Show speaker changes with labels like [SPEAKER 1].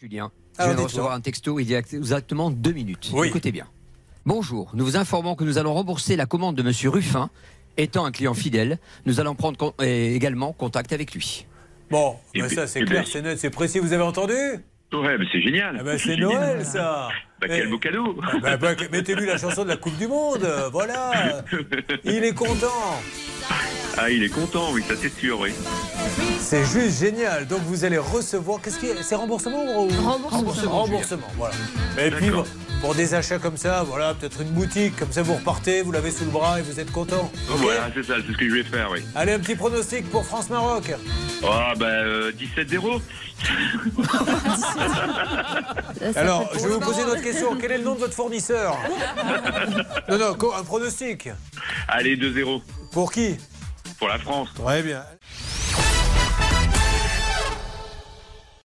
[SPEAKER 1] Julien. Je viens
[SPEAKER 2] Alors,
[SPEAKER 1] de
[SPEAKER 2] dites-le.
[SPEAKER 1] recevoir un texto il y a exactement deux minutes.
[SPEAKER 2] Oui.
[SPEAKER 1] Écoutez bien. Bonjour, nous vous informons que nous allons rembourser la commande de Monsieur Ruffin. Étant un client fidèle, nous allons prendre con- euh, également contact avec lui.
[SPEAKER 2] Bon,
[SPEAKER 3] Eh
[SPEAKER 2] ben
[SPEAKER 3] ben,
[SPEAKER 2] ça c'est
[SPEAKER 3] eh
[SPEAKER 2] clair,
[SPEAKER 3] ben.
[SPEAKER 2] c'est net, c'est précis, vous avez entendu
[SPEAKER 3] Ouais, mais c'est génial.
[SPEAKER 2] Ah ben, C'est
[SPEAKER 3] génial.
[SPEAKER 2] Noël ça
[SPEAKER 3] Bah,
[SPEAKER 2] Eh,
[SPEAKER 3] quel beau cadeau.
[SPEAKER 2] bah, bah, Mettez-lui la chanson de la Coupe du Monde, euh, voilà Il est content
[SPEAKER 3] Ah, il est content, oui, ça c'est sûr, oui.
[SPEAKER 2] C'est juste génial. Donc vous allez recevoir. Qu'est-ce qui c'est remboursement ou
[SPEAKER 4] Remboursement.
[SPEAKER 2] Remboursement, remboursement, voilà. Et puis
[SPEAKER 3] D'accord.
[SPEAKER 2] bon, pour des achats comme ça, voilà, peut-être une boutique comme ça, vous repartez, vous l'avez sous le bras et vous êtes content. Ok
[SPEAKER 3] Oh, Voilà, c'est ça, c'est ce que je vais faire, oui.
[SPEAKER 2] Allez, un petit pronostic pour France Maroc.
[SPEAKER 3] Ah, bah, euh, 17-0.
[SPEAKER 4] Ça, ça
[SPEAKER 2] Alors, je
[SPEAKER 4] fait pour
[SPEAKER 2] vais vous
[SPEAKER 4] le
[SPEAKER 2] poser
[SPEAKER 4] moment.
[SPEAKER 2] une autre question. Quel est le nom de votre fournisseur Non, non, co- un pronostic.
[SPEAKER 3] Allez, 2-0
[SPEAKER 2] Pour qui
[SPEAKER 3] pour la France.
[SPEAKER 2] Très bien.